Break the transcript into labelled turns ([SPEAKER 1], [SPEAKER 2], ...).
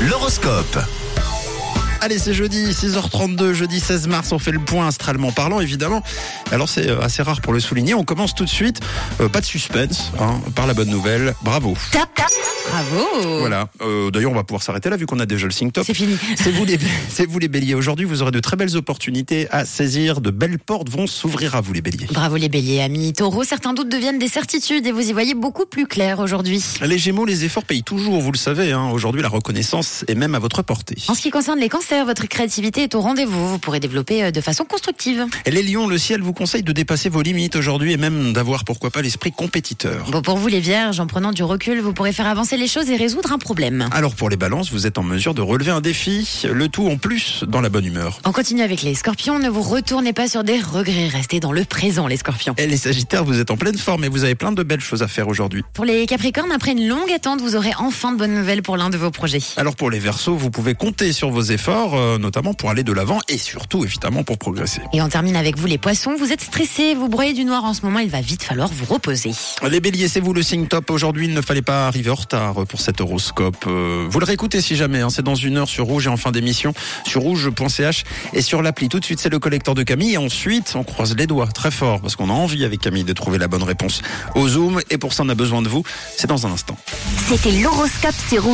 [SPEAKER 1] l'horoscope.
[SPEAKER 2] Allez, c'est jeudi, 6h32, jeudi 16 mars, on fait le point astralement parlant, évidemment. Alors c'est euh, assez rare pour le souligner, on commence tout de suite, euh, pas de suspense, hein, par la bonne nouvelle, bravo.
[SPEAKER 3] Bravo
[SPEAKER 2] Voilà, Euh, d'ailleurs on va pouvoir s'arrêter là vu qu'on a déjà le sync top.
[SPEAKER 3] Oh. C'est fini.
[SPEAKER 2] C'est vous les, c'est vous les béliers, aujourd'hui vous aurez de très belles opportunités à saisir, de belles portes vont s'ouvrir à vous les béliers.
[SPEAKER 3] Bravo les béliers, amis taureaux. Certains doutes deviennent des certitudes et vous y voyez beaucoup plus clair aujourd'hui.
[SPEAKER 2] Les gémeaux, les efforts payent toujours, vous le savez, hein. aujourd'hui la reconnaissance est même à votre portée.
[SPEAKER 3] En ce qui concerne les cancers, votre créativité est au rendez-vous. Vous pourrez développer euh, de façon constructive.
[SPEAKER 2] Et les lions, le ciel vous conseille de dépasser vos limites aujourd'hui et même d'avoir pourquoi pas l'esprit compétiteur.
[SPEAKER 3] Bon, pour vous les vierges, en prenant du recul, vous pourrez faire avancer les choses et résoudre un problème.
[SPEAKER 2] Alors pour les balances, vous êtes en mesure de relever un défi, le tout en plus dans la bonne humeur.
[SPEAKER 3] On continue avec les scorpions. Ne vous retournez pas sur des regrets. Restez dans le présent, les scorpions.
[SPEAKER 2] Et les sagittaires, vous êtes en pleine forme et vous avez plein de belles choses à faire aujourd'hui.
[SPEAKER 3] Pour les capricornes, après une longue attente, vous aurez enfin de bonnes nouvelles pour l'un de vos projets.
[SPEAKER 2] Alors pour les versos, vous pouvez compter sur vos efforts, euh, notamment pour aller de l'avant et surtout évidemment pour progresser.
[SPEAKER 3] Et on termine avec vous les poissons. Vous êtes stressés, vous broyez du noir en ce moment. Il va vite falloir vous reposer.
[SPEAKER 2] Les béliers, c'est vous le signe top. Aujourd'hui, il ne fallait pas arriver en retard pour cet horoscope. Euh, vous le réécoutez si jamais, hein, c'est dans une heure sur Rouge et en fin d'émission sur rouge.ch et sur l'appli. Tout de suite, c'est le collecteur de Camille et ensuite, on croise les doigts très fort parce qu'on a envie avec Camille de trouver la bonne réponse au Zoom et pour ça, on a besoin de vous. C'est dans un instant.
[SPEAKER 4] C'était l'horoscope sur